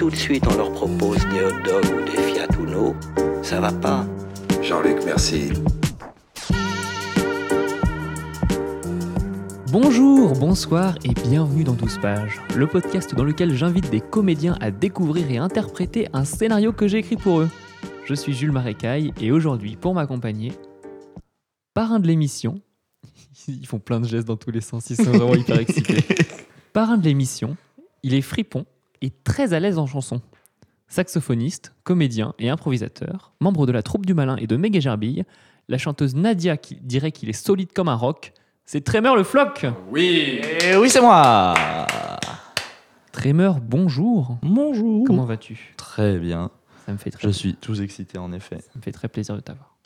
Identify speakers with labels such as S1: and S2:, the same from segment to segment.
S1: de suite on leur propose des hot dogs ou des Fiat Uno, ça va pas.
S2: Jean-Luc, merci.
S3: Bonjour, bonsoir et bienvenue dans 12 pages, le podcast dans lequel j'invite des comédiens à découvrir et interpréter un scénario que j'ai écrit pour eux. Je suis Jules Marécaille et aujourd'hui, pour m'accompagner, parrain de l'émission, ils font plein de gestes dans tous les sens, ils sont vraiment hyper excités. Parrain de l'émission, il est fripon et très à l'aise en chanson. Saxophoniste, comédien et improvisateur, membre de la troupe du Malin et de Méga Gerbille, la chanteuse Nadia qui dirait qu'il est solide comme un roc, c'est Trémeur le floc
S4: Oui Eh Oui, c'est moi
S3: Trémeur, bonjour
S4: Bonjour
S3: Comment vas-tu
S4: Très bien.
S3: Ça me fait très
S4: Je suis tout excité en effet.
S3: Ça me fait très plaisir de t'avoir.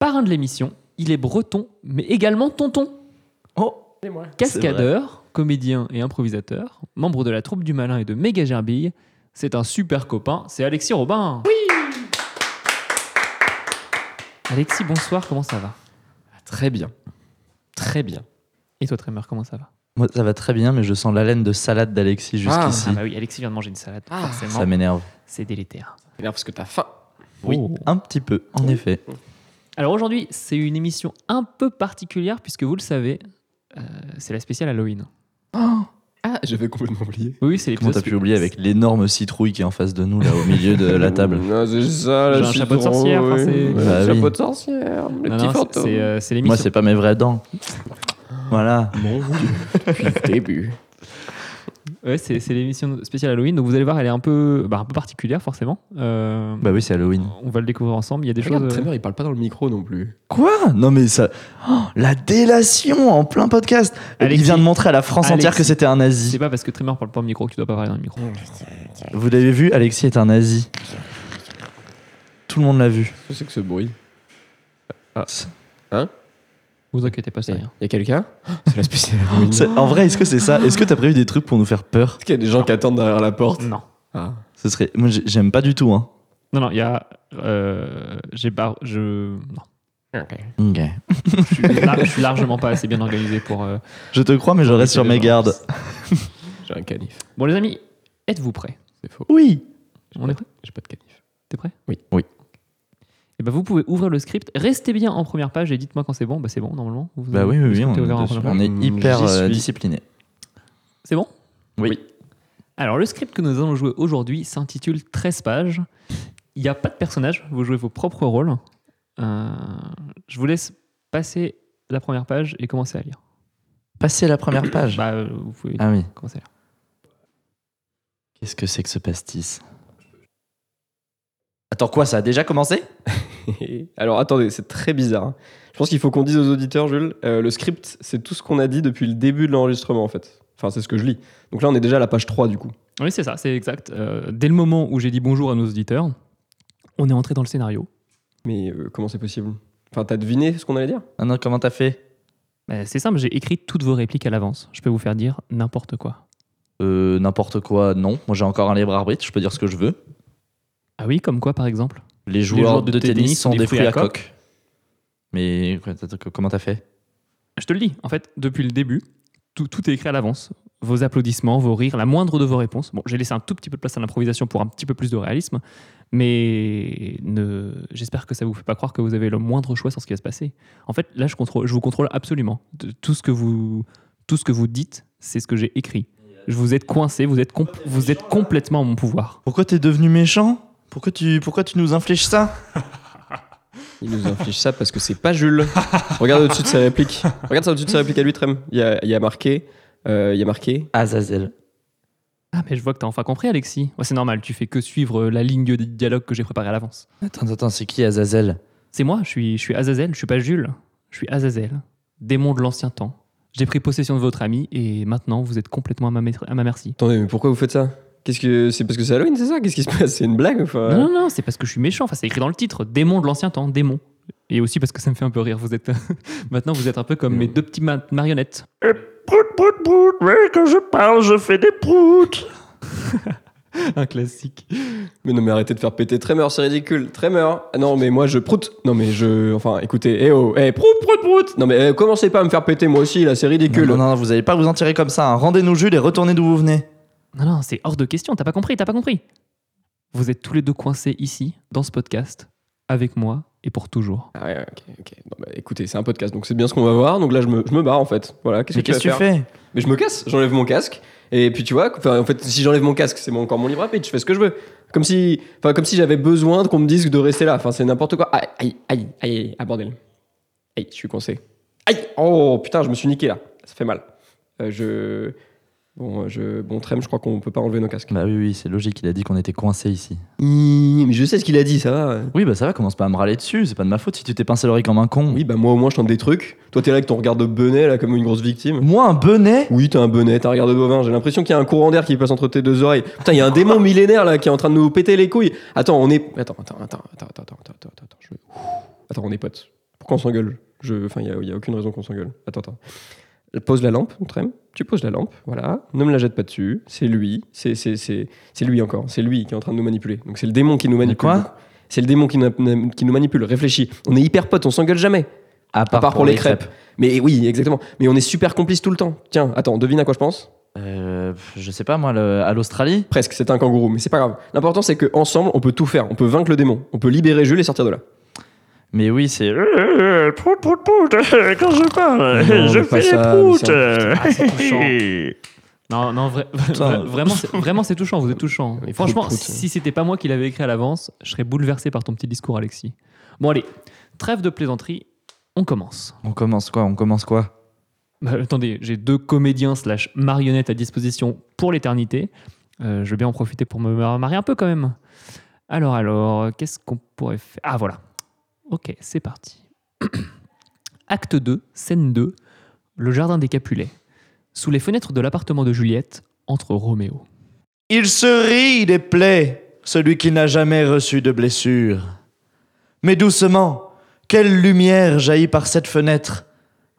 S3: Parrain de l'émission, il est breton, mais également tonton.
S4: Oh
S3: Cascadeur, comédien et improvisateur, membre de la troupe du Malin et de Méga Gerbille, c'est un super copain, c'est Alexis Robin. Oui Alexis, bonsoir, comment ça va
S4: Très bien. Très bien.
S3: Et toi, Trémeur, comment ça va
S4: Moi, ça va très bien, mais je sens l'haleine de salade d'Alexis jusqu'ici.
S3: Ah bah oui, Alexis vient de manger une salade, forcément.
S4: ça m'énerve.
S3: C'est délétère.
S5: Là, parce que t'as faim.
S4: Oui,
S3: Oh.
S4: un petit peu, en effet.
S3: Alors aujourd'hui, c'est une émission un peu particulière, puisque vous le savez, euh, c'est la spéciale Halloween.
S5: Ah, j'avais complètement oublié.
S3: Oui, c'est
S4: Comment
S3: l'épisode
S4: t'as pu oublier avec l'énorme citrouille qui est en face de nous, là, au milieu de Euh, la table
S5: Non, Ah, c'est ça,
S3: J'ai
S5: là,
S3: un chapeau de sorcière, enfin, c'est-
S4: Bah
S5: chapeau
S4: oui.
S5: de sorcière, le
S3: Non,
S5: petit
S3: non, c'est-
S5: fantôme.
S3: c'est euh, c'est
S4: Moi,
S3: l'émission.
S4: c'est pas mes vraies dents. Voilà.
S5: Depuis le début.
S3: Ouais, c'est c'est l'émission spéciale Halloween. Donc vous allez voir, elle est un peu, bah, un peu particulière forcément. Euh,
S4: Bah oui, c'est Halloween.
S3: on va le découvrir ensemble. Il y a des
S5: Regarde,
S3: choses. euh,
S5: Trevor, il parle pas dans le micro non plus.
S4: Quoi Non mais ça... Oh, la délation en plein podcast
S3: Alexis.
S4: Il vient de montrer à la France entière
S3: Alexis.
S4: que c'était un
S3: C'est
S4: nazi.
S3: pas parce que Tremor parle pas au micro que tu dois pas parler dans le micro.
S4: Vous l'avez vu, Alexis est un nazi. Tout le monde l'a vu.
S5: Qu'est-ce que c'est que ce bruit
S3: Ah. Vous inquiétez pas, c'est
S5: Il
S3: rien.
S5: y a quelqu'un Ah, C'est la spéciale. Halloween.
S4: C'est- En vrai, est-ce que c'est ça Est-ce que t'as prévu des trucs pour nous faire peur
S5: Est-ce qu'il y a des gens qui attendent derrière la porte
S3: Non.
S5: Ah.
S4: Ce serait... Moi, j'ai- j'aime pas du tout. Hein.
S3: Non, non, il y a. euh, J'ai bar- Je. Non. Je suis, lar- je suis largement pas assez bien organisé pour. euh,
S4: Je te crois, mais je reste sur mes gardes.
S5: J'ai un canif.
S3: Bon, les amis, êtes-vous prêts
S5: C'est faux.
S4: Oui
S3: On est prêts
S5: J'ai pas de canif.
S3: T'es prêt
S5: Oui.
S4: Oui.
S3: Et ben vous pouvez ouvrir le script. Restez bien en première page et dites-moi quand c'est bon. Bah, c'est bon, normalement. Vous-
S4: Bah oui, oui,
S3: le
S4: oui,
S3: script
S4: on,
S3: est ouvert en
S4: dessus.
S3: première page.
S4: On est hyper
S5: J'y suis.
S4: euh, discipliné.
S3: C'est bon
S4: Oui.
S3: Alors, le script que nous allons jouer aujourd'hui s'intitule 13 pages. Il n'y a pas de personnage, vous jouez vos propres rôles. Euh, je vous laisse passer la première page et commencer à lire.
S4: Passer la première page.
S3: Bah, euh, vous pouvez
S4: Ah oui.
S3: commencer à lire.
S4: Qu'est-ce que c'est que ce pastis Attends, quoi, ça a déjà commencé
S5: Alors attendez, c'est très bizarre. hein. Je pense qu'il faut qu'on dise aux auditeurs, Jules, euh, le script, c'est tout ce qu'on a dit depuis le début de l'enregistrement en fait. Enfin, c'est ce que je lis. Donc là, on est déjà à la page 3 du coup.
S3: Oui, c'est ça, c'est exact. Euh, dès le moment où j'ai dit bonjour à nos auditeurs, on est entré dans le scénario.
S5: Mais euh, comment c'est possible Enfin, t'as deviné ce qu'on allait dire
S4: Ah non, comment t'as fait
S3: Bah, c'est simple, j'ai écrit toutes vos répliques à l'avance. Je peux vous faire dire n'importe quoi.
S4: Euh, n'importe quoi, non. Moi, j'ai encore un libre arbitre, je peux dire ce que je veux.
S3: Ah oui, comme quoi par exemple
S4: Les joueurs, de, tennis, sont des fruits à coque. Mais quoi, t'as- t'as- comment t'as fait
S3: Je te le dis, en fait, depuis le début, tout, tout est écrit à l'avance. Vos applaudissements, vos rires, la moindre de vos réponses. Bon, j'ai laissé un tout petit peu de place à l'improvisation pour un petit peu plus de réalisme, mais ne... j'espère que ça vous fait pas croire que vous avez le moindre choix sur ce qui va se passer. En fait, là, je, contrôle, je vous contrôle absolument. De- tout, ce que vous, tout ce que vous dites, c'est ce que j'ai écrit. Je vous êtes coincé, vous êtes, comp- vous êtes complètement à mon pouvoir.
S4: Pourquoi t'es devenu méchant pourquoi tu, pourquoi tu nous infliges ça
S5: Il nous inflige ça parce que c'est pas Jules. Regarde au-dessus de sa réplique. Regarde ça au-dessus de sa réplique à lui, Trem. Il y a, il y a marqué. euh, il y a marqué.
S4: Azazel.
S3: Ah, mais je vois que t'as enfin compris, Alexis. Ouais, c'est normal, tu fais que suivre euh, la ligne de dialogue que j'ai préparée à l'avance.
S4: Attends, attends, c'est qui Azazel
S3: C'est moi, je suis, je suis Azazel, je suis pas Jules. Je suis Azazel, démon de l'ancien temps. J'ai pris possession de votre ami et maintenant vous êtes complètement à ma, maître- à ma merci.
S5: Attendez, mais pourquoi vous faites ça Qu'est-ce que c'est parce que c'est Halloween, c'est ça Qu'est-ce qui se passe C'est une blague enfin
S3: Non, non, non, c'est parce que je suis méchant, enfin c'est écrit dans le titre, démon de l'ancien temps, démon. Et aussi parce que ça me fait un peu rire, vous êtes maintenant vous êtes un peu comme mes deux petites ma- marionnettes. prout prout prout, quand je parle, je fais des proutes. un classique.
S5: Mais non, mais arrêtez de faire péter Tremor, c'est ridicule. Tremor. Ah non, mais moi je proute. Non, mais je. Enfin, écoutez, eh oh, eh prout, prout, prout. Non, mais eh, commencez pas à me faire péter moi aussi, là, c'est
S4: non,
S5: ridicule.
S4: non, non, vous allez pas vous en tirer comme ça. hein. Rendez-nous Jules et retournez d'où vous venez.
S3: Non, non, c'est hors de question. T'as pas compris, t'as pas compris. Vous êtes tous les deux coincés ici, dans ce podcast, avec moi et pour toujours.
S5: Ah ouais, ouais, ok, ok. Bon, bah, écoutez, c'est un podcast, donc c'est bien ce qu'on va voir. Donc là, je me, je me barre en fait. Voilà, qu'est-ce
S6: Mais
S5: que tu vas
S6: qu'est-ce que tu
S5: faire
S6: fais
S5: Mais je me casse, j'enlève mon casque. Et puis tu vois, enfin, en fait, si j'enlève mon casque, c'est mon- encore mon libre arbitre, je fais ce que je veux. Comme si, enfin, comme si j'avais besoin de- qu'on me dise de rester là. Enfin, c'est n'importe quoi. Aïe, aïe, aïe, aïe, aïe, ah bordel. Aïe, je suis coincé. Aïe, oh putain, je me suis niqué là. Ça fait mal. Euh, je. Bon, euh, je... bon, Trem, je crois qu'on peut pas enlever nos casques.
S6: Bah oui, oui, c'est logique, il a dit qu'on était coincé ici.
S5: Hi, Mais je sais ce qu'il a dit, ça va.
S6: Oui, bah ça va, commence pas à me râler dessus, c'est pas de ma faute si tu t'es pincé l'oreille comme un con.
S5: Oui, bah moi au moins je tente des trucs. Toi, t'es là avec ton regard de bonnet, là, comme une grosse victime.
S6: Moi, un bonnet
S5: Oui, t'as un bonnet, t'as un regard de bovin. J'ai l'impression qu'il y a un courant d'air qui passe entre tes deux oreilles. Putain, il y a un démon millénaire là qui est en train de nous péter les couilles. Attends, on est. Attends, attends, attends, attends, attends, attends, attends, attends. je- Attends, on est potes. Pourquoi on s'engueule Je. Enfin, il y a, il y a aucune raison qu'on s'engueule. Attends, attends. Je Pose la lampe, Trem. Tu poses la lampe, voilà. Ne me la jette pas dessus. C'est lui. C'est c'est- c'est c'est lui encore. C'est lui qui est en train de nous manipuler. Donc c'est le démon qui nous manipule.
S6: quoi
S5: C'est le démon qui nous, qui nous manipule. Réfléchis. On est hyper potes, on s'engueule jamais.
S6: À
S5: À part pour, les crêpes. Mais oui, exactement. Mais on est super complices tout le temps. Tiens, attends, devine à quoi je pense
S6: Euh, je sais pas, moi, le- à l'Australie
S5: Presque, c'est un kangourou, mais c'est pas grave. L'important, c'est qu'ensemble, on peut tout faire. On peut vaincre le démon. On peut libérer Jules et sortir de là.
S6: Mais oui, c'est. euh,
S4: Prout, prout, prout, quand je parle,
S6: Non,
S4: je
S6: mais pas
S4: fais
S6: ça, mais ça,
S4: les proutes.
S3: Non, non, vra-
S6: Putain.
S3: vraiment, c'est- vraiment, c'est touchant, vous êtes touchant.
S5: Mais
S3: Franchement,
S5: prout, prout.
S3: si c'était pas moi qui l'avais écrit à l'avance, je serais bouleversé par ton petit discours, Alexis. Bon, allez, trêve de plaisanterie, on commence.
S6: On commence quoi On commence quoi
S3: Bah, attendez, j'ai deux comédiens slash marionnettes à disposition pour l'éternité. Euh, je veux bien en profiter pour me marier un peu quand même. Alors, alors, euh, qu'est-ce qu'on pourrait faire Ah, voilà. Ok, c'est parti. Acte 2, scène 2, le jardin des Capulets. Sous les fenêtres de l'appartement de Juliette, entre Roméo.
S4: Il se rit des plaies, celui qui n'a jamais reçu de blessure. Mais doucement, quelle lumière jaillit par cette fenêtre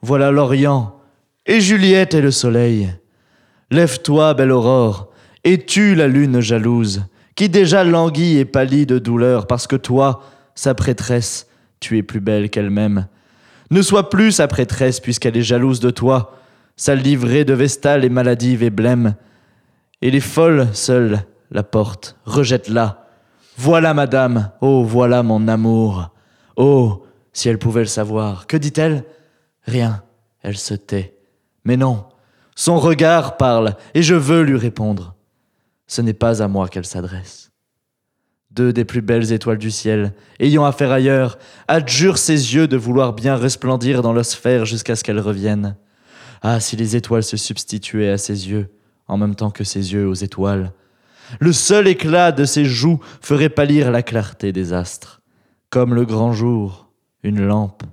S4: Voilà l'Orient, et Juliette est le soleil. Lève-toi, belle aurore, et tue la lune jalouse, qui déjà languit et pâlit de douleur, parce que toi, sa prêtresse, tu es plus belle qu'elle-même. Ne sois plus sa prêtresse, puisqu'elle est jalouse de toi, sa livrée de vestale est maladive et blême. Et les folles seules la portent, rejette-la. Voilà, madame, oh, voilà mon amour. Oh, si elle pouvait le savoir. Que dit-elle Rien, elle se tait. Mais non, son regard parle, et je veux lui répondre. Ce n'est pas à moi qu'elle s'adresse. Deux des plus belles étoiles du ciel, ayant affaire ailleurs, adjurent ses yeux de vouloir bien resplendir dans leur sphère jusqu'à ce qu'elle revienne. Ah, si les étoiles se substituaient à ses yeux, en même temps que ses yeux aux étoiles. Le seul éclat de ses joues ferait pâlir la clarté des astres. Comme le grand jour, une lampe,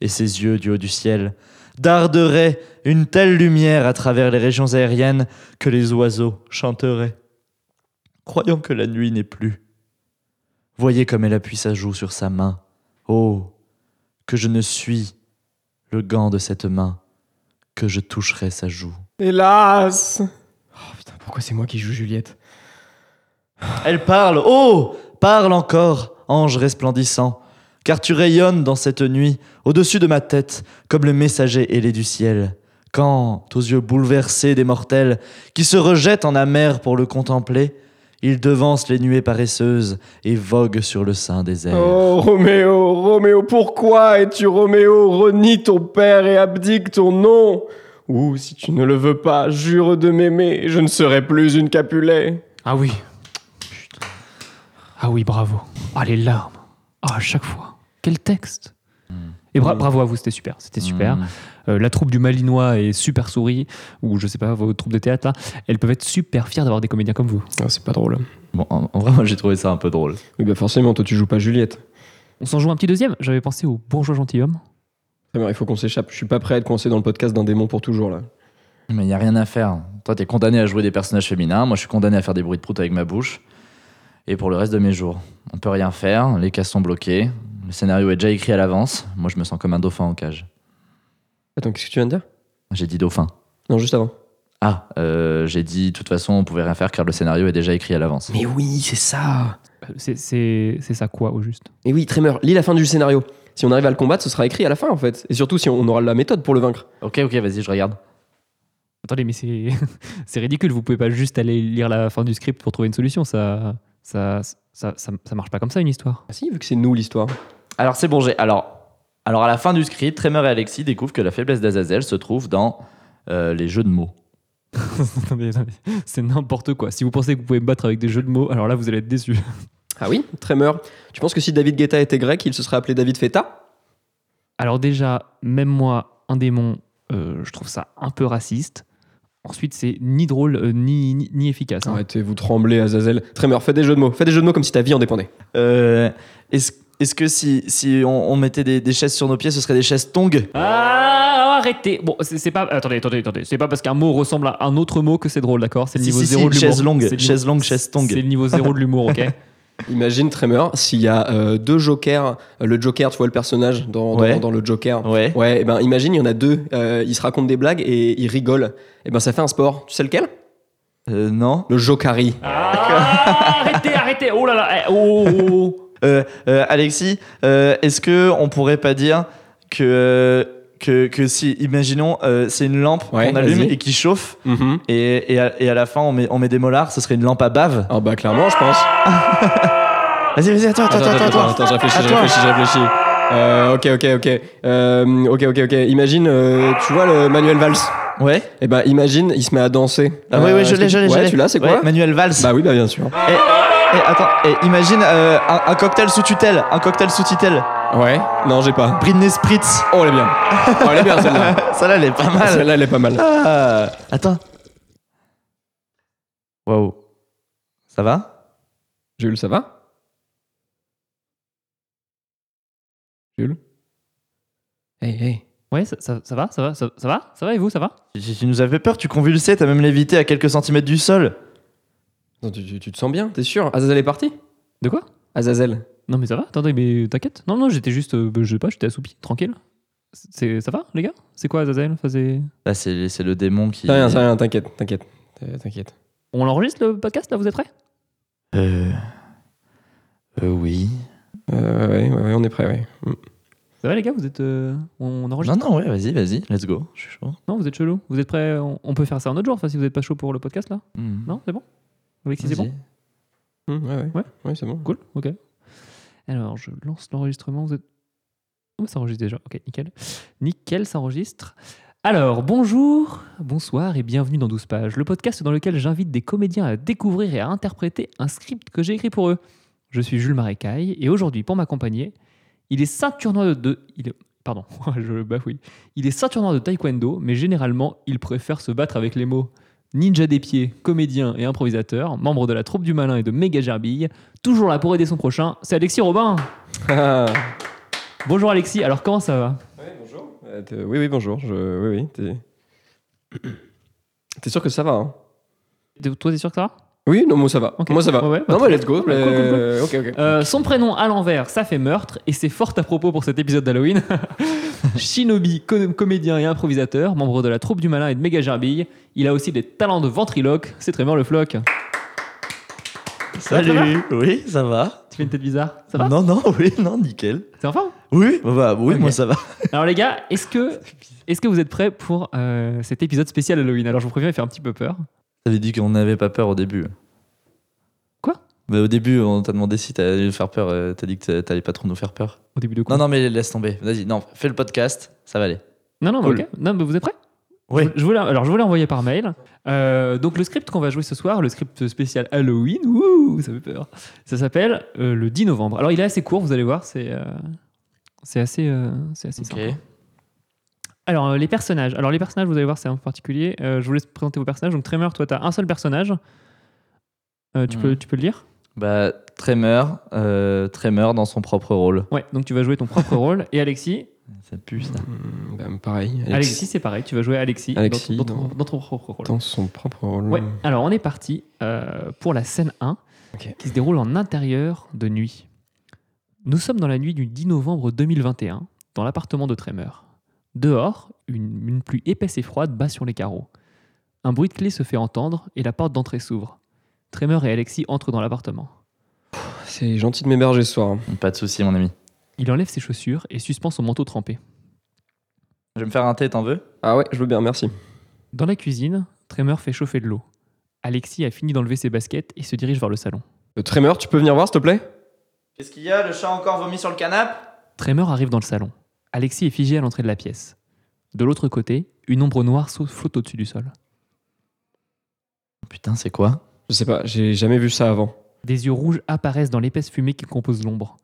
S4: et ses yeux du haut du ciel, darderaient une telle lumière à travers les régions aériennes que les oiseaux chanteraient. Croyant que la nuit n'est plus. Voyez comme elle appuie sa joue sur sa main. Oh, que je ne suis le gant de cette main, que je toucherai sa joue.
S5: Hélas Oh putain, pourquoi c'est moi qui joue Juliette
S4: Elle parle, oh Parle encore, ange resplendissant, car tu rayonnes dans cette nuit, au-dessus de ma tête, comme le messager ailé du ciel. Quand, aux yeux bouleversés des mortels, qui se rejettent en amère pour le contempler, il devance les nuées paresseuses et vogue sur le sein des airs.
S5: Oh Roméo, Roméo, pourquoi es-tu Roméo Renie ton père et abdique ton nom Ou si tu ne le veux pas, jure de m'aimer, je ne serai plus une Capulet.
S3: Ah oui. Putain. Ah oui, bravo. Ah, les larmes. Ah, à chaque fois. Quel texte. Et bra-
S5: Mm.
S3: bravo à vous, c'était super. C'était
S4: Hmm.
S3: super.
S6: Mmh.
S3: Euh, la troupe du Malinois et Super Souris, ou je sais pas, vos troupes de théâtre là, elles peuvent être super fières d'avoir des comédiens comme vous.
S5: Ah, c'est pas drôle.
S6: Bon, en, en vrai, moi, j'ai trouvé ça un peu drôle.
S5: Oui, bah forcément, toi tu joues pas Juliette.
S3: On s'en joue un petit deuxième J'avais pensé au bourgeois gentilhomme.
S5: Très bien, il faut qu'on s'échappe. Je suis pas prêt à être coincé dans le podcast d'un démon pour toujours là.
S6: Mais y a rien à faire. Toi, t'es condamné à jouer des personnages féminins. Moi, je suis condamné à faire des bruits de prout avec ma bouche. Et pour le reste de mes jours, on peut rien faire. Les cases sont bloquées. Le scénario est déjà écrit à l'avance. Moi, je me sens comme un dauphin en cage.
S5: Attends, qu'est-ce que tu viens de dire
S6: J'ai dit dauphin.
S5: Non, juste avant.
S6: Ah, euh, j'ai dit, de toute façon, on pouvait rien faire car le scénario est déjà écrit à l'avance.
S5: Mais oui, c'est ça
S3: Euh, C'est c'est- c'est ça quoi au juste
S5: Et oui, Tremor, lis la fin du scénario. Si on arrive à le combattre, ce sera écrit à la fin en fait. Et surtout si on aura la méthode pour le vaincre.
S6: Ok, ok, vas-y, je regarde.
S3: Attendez, mais c'est c'est ridicule. Vous pouvez pas juste aller lire la fin du script pour trouver une solution. Ça, ça, ça, ça, ça marche pas comme ça une histoire.
S5: Ah si, vu que c'est nous l'histoire.
S6: Alors c'est bon, j'ai. Alors, alors à la fin du script, Tremor et Alexis découvrent que la faiblesse d'Azazel se trouve dans euh, les jeux de mots.
S3: Attendez, attendez. c'est n'importe quoi. Si vous pensez que vous pouvez me battre avec des jeux de mots, alors là vous allez être déçus.
S5: Ah oui Tremor. Tu penses que si David Guetta était grec, il se serait appelé David Feta
S3: Alors déjà, même moi, un démon, euh, je trouve ça un peu raciste. Ensuite, c'est ni drôle euh, ni, ni, ni efficace. hein.
S5: Arrêtez, vous tremblez, Azazel. Tremor, fais des jeux de mots. Fais des jeux de mots comme si ta vie en dépendait.
S4: Euh, Est-ce est-ce que si, si on, on mettait des, des chaises sur nos pieds, ce serait des chaises tongs
S3: Ah, arrêtez Bon, c'est c'est pas... Attendez, attendez, attendez. C'est pas parce qu'un mot ressemble à un autre mot que c'est drôle, d'accord C'est le
S4: Si,
S3: niveau
S4: si, si,
S3: zéro de l'humour.
S4: chaise longue,
S3: C'est le niveau-
S4: chaise longue, chaise tongue.
S3: C'est le niveau zéro de l'humour, ok
S5: Imagine Tremor, s'il y a euh, deux jokers, euh, le joker, tu vois le personnage dans, dans-
S4: Ouais.
S5: dans le joker.
S4: Ouais.
S5: Ouais, et ben imagine, il y en a deux, euh, ils se racontent des blagues et ils rigolent. Et ben ça fait un sport. Tu sais lequel
S4: Euh, non.
S5: Le jokari.
S3: Ah, Arrêtez, arrêtez Oh là là eh, oh, oh, oh.
S4: Euh, euh, Alexis, euh, est-ce que on pourrait pas dire que que, que si, imaginons, euh, c'est une lampe
S5: Ouais,
S4: qu'on allume
S5: vas-y.
S4: et qui chauffe,
S5: Mhm.
S4: et, et, à, et à la fin on met, on met des molars, ce serait une lampe à bave.
S5: Ah bah clairement, je pense.
S4: Vas-y, vas-y, attends, attends, attends, attends.
S5: je réfléchis, je
S4: Attends.
S5: réfléchis, je réfléchis. Euh, ok, ok, ok. Euh, ok, ok, ok. Imagine, euh, tu vois le Manuel Valls.
S4: Ouais.
S5: Eh ben imagine, il se met à danser.
S4: Ah ouais,
S5: Euh,
S4: ouais, je
S5: est-ce
S4: l'ai,
S5: que
S4: je
S5: tu-
S4: l'ai, je
S5: Ouais,
S4: l'ai.
S5: celui-là, c'est
S4: Ouais,
S5: quoi
S4: Manuel Valls.
S5: Bah oui, bah bien sûr.
S4: Et, et- attends, et imagine euh, un, un cocktail sous tutelle, un cocktail sous tutelle.
S5: Ouais. Non, j'ai pas.
S4: Britney Spritz.
S5: Oh, elle est bien. Oh, elle est bien celle-là.
S4: Ça là, elle est pas mal.
S5: Celle-là, elle est pas mal.
S4: Ah, attends. Waouh. Ça va
S5: Jules, ça va Jules Hey, hey.
S3: Ouais, ça, ça- ça va, ça va, ça, ça va Ça va et vous, ça va
S4: tu, tu- tu nous as fait peur, tu convulsais, t'as même lévité à quelques centimètres du sol.
S5: Non, tu, tu- tu te sens bien, t'es sûr
S4: Ah,
S5: Azazel est parti
S3: De quoi
S5: Ah, Azazel.
S3: Non mais ça va, attendez, mais t'inquiète. Non, non, j'étais juste, euh, je sais pas, j'étais assoupi, tranquille. C'est, ça va, les gars C'est quoi, Azazel Enfin, c'est-
S6: Là, c'est c'est le démon qui.
S5: T'as rien, t'as rien, t'inquiète, t'inquiète. euh, T'inquiète.
S3: On l'enregistre le podcast, là, vous êtes prêts
S6: Euh, euh, oui.
S5: Euh, ouais, ouais, ouais, on est prêt, ouais. Mm.
S3: Ça va, les gars Vous êtes... euh, on enregistre
S6: Non, non, ouais, vas-y, vas-y, let's go. Je suis chaud.
S3: Non, vous êtes chelou. Vous êtes prêts on, on peut faire ça un autre jour, enfin, si vous êtes pas chaud pour le podcast, là
S6: Hmm.
S3: Non, c'est bon Alexis, c'est
S6: Vas-y.
S3: bon
S5: Mm, ouais, ouais.
S3: Ouais.
S5: Ouais, c'est bon.
S3: Cool, ok. Alors, je lance l'enregistrement. Vous êtes... Oh, mais ça enregistre déjà. Ok, nickel. Nickel, ça enregistre. Alors, bonjour, bonsoir et bienvenue dans 12 pages, le podcast dans lequel j'invite des comédiens à découvrir et à interpréter un script que j'ai écrit pour eux. Je suis Jules Marécaille et aujourd'hui, pour m'accompagner, il est ceinture noire de... de- il est- Pardon, je bafouille. Il est ceinture noire de taekwondo, mais généralement, il préfère se battre avec les mots. Ninja des pieds, comédien et improvisateur, membre de la troupe du malin et de méga gerbille, toujours là pour aider son prochain, c'est Alexis Robin.
S5: Ah.
S3: Bonjour Alexis, alors comment ça va
S5: Euh, t'es- oui, oui, bonjour. Je... Oui, oui. T'es... T'es sûr que ça va hein
S3: T'es- Toi, t'es sûr que ça va
S5: Oui, non, moi ça va.
S3: Ok.
S5: Moi ça va.
S3: Ouais, ouais, bah,
S5: non, mais let's go.
S3: cool, cool, cool.
S5: euh, Ok, ok.
S3: Euh, Son prénom à l'envers, ça fait meurtre, et c'est fort à propos pour cet épisode d'Halloween. Shinobi, com- comédien et improvisateur, membre de la troupe du malin et de méga gerbille, il a aussi des talents de ventriloque, c'est Trémor le floc. va, ça
S4: Salut. Oui, ça va.
S3: Tu fais une tête bizarre, ça va
S4: Non, non, oui, non, nickel.
S3: C'est en forme
S4: Oui, bah, bah, oui,
S3: Ok.
S4: moi ça va.
S3: Alors les gars, est-ce que, est que vous êtes prêts pour euh, cet épisode spécial Halloween Alors je vous préviens, il fait un petit peu peur.
S6: T'avais dit qu'on n'avait pas peur au début.
S3: Quoi
S6: Bah, Au début, on t'a demandé si t'allais nous faire peur. euh, T'as dit que t'a- t'allais pas trop nous faire peur.
S3: Au début de quoi
S6: Non, non, mais laisse tomber. Vas-y, non, fais le podcast, ça va aller.
S3: Non, non, mais
S6: Cool.
S3: ok. Non, mais vous êtes prêts
S6: Oui.
S3: Je, je vous l'ai- alors, je vous l'ai envoyé par mail. Euh, donc, le script qu'on va jouer ce soir, le script spécial Halloween, ouh, ça fait peur. Ça s'appelle euh, le 10 novembre. Alors, il est assez court, vous allez voir, c'est euh, c'est assez, euh, c'est assez simple. Alors, euh, les personnages. Alors, les personnages, vous allez voir, c'est un peu particulier. Euh, je vous laisse présenter vos personnages. Donc, Tremor, toi, tu as un seul personnage. Euh, tu,
S6: Mhm.
S3: peux, tu peux le lire
S6: Bah, Tremor, euh, Tremor dans son propre rôle.
S3: Ouais, donc tu vas jouer ton propre rôle. Et Alexis
S6: Ça pue, ça.
S5: Mm, bah, pareil.
S3: Alexis, c'est pareil, tu vas jouer Alexis, dans-
S5: Alexis,
S3: dans, ton-
S5: dans-
S3: dans ton propre rôle.
S5: Dans son propre rôle.
S3: Ouais, alors on est parti euh, pour la scène 1
S5: Ok.
S3: qui se déroule en intérieur de nuit. Nous sommes dans la nuit du 10 novembre 2021 dans l'appartement de Tremor. Dehors, une, une pluie épaisse et froide bat sur les carreaux. Un bruit de clé se fait entendre et la porte d'entrée s'ouvre. Tremor et Alexis entrent dans l'appartement.
S5: C'est gentil de m'héberger ce soir. hein.
S6: Pas de souci, mon ami.
S3: Il enlève ses chaussures et suspend son manteau trempé.
S6: Je vais me faire un thé, t'en veux
S5: Ah ouais, je veux bien, merci.
S3: Dans la cuisine, Tremor fait chauffer de l'eau. Alexis a fini d'enlever ses baskets et se dirige vers le salon.
S5: Euh, Tremor, tu peux venir voir, s'il te plaît
S4: Qu'est-ce qu'il y a Le chat a encore vomi sur le canapé
S3: Tremor arrive dans le salon. Alexis est figé à l'entrée de la pièce. De l'autre côté, une ombre noire saute- flotte au-dessus du sol.
S6: Putain, c'est quoi
S5: Je sais pas, j'ai jamais vu ça avant.
S3: Des yeux rouges apparaissent dans l'épaisse fumée qui compose l'ombre.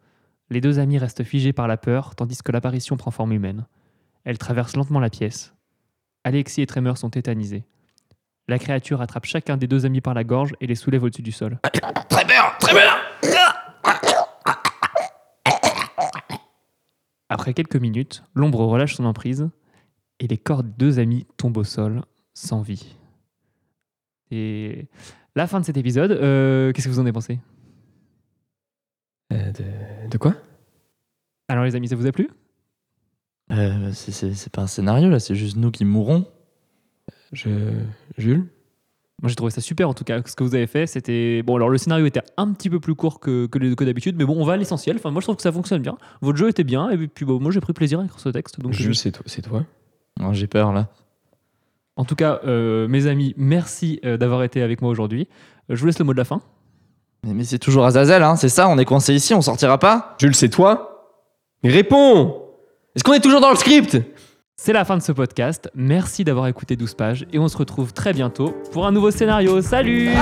S3: Les deux amis restent figés par la peur, tandis que l'apparition prend forme humaine. Elle traverse lentement la pièce. Alexis et Tremor sont tétanisés. La créature attrape chacun des deux amis par la gorge et les soulève au-dessus du sol. Après quelques minutes, l'ombre relâche son emprise et les corps des deux amis tombent au sol, sans vie. Et la fin de cet épisode, euh, qu'est-ce que vous en avez pensé
S5: Euh, de, quoi
S3: Alors les amis, ça vous a plu
S6: Euh, c'est- C'est c'est pas un scénario là, c'est juste nous qui mourrons.
S5: Je... Jules
S3: Moi j'ai trouvé ça super en tout cas, ce que vous avez fait c'était... Bon alors le scénario était un petit peu plus court que, que, le- que d'habitude, mais bon on va à l'essentiel, enfin moi je trouve que ça fonctionne bien, votre jeu était bien, et puis bon, moi j'ai pris plaisir à écrire ce texte. Donc,
S5: Jules, c'est toi. C'est toi.
S6: Non, J'ai peur là.
S3: En tout cas, euh, mes amis, merci euh, d'avoir été avec moi aujourd'hui. Euh, je vous laisse le mot de la fin.
S6: Mais, mais c'est toujours Azazel, hein, c'est ça, on est coincé ici, on sortira pas
S5: Jules, c'est toi Mais réponds Est-ce qu'on est toujours dans le script
S3: C'est la fin de ce podcast, merci d'avoir écouté 12 pages, et on se retrouve très bientôt pour un nouveau scénario. Salut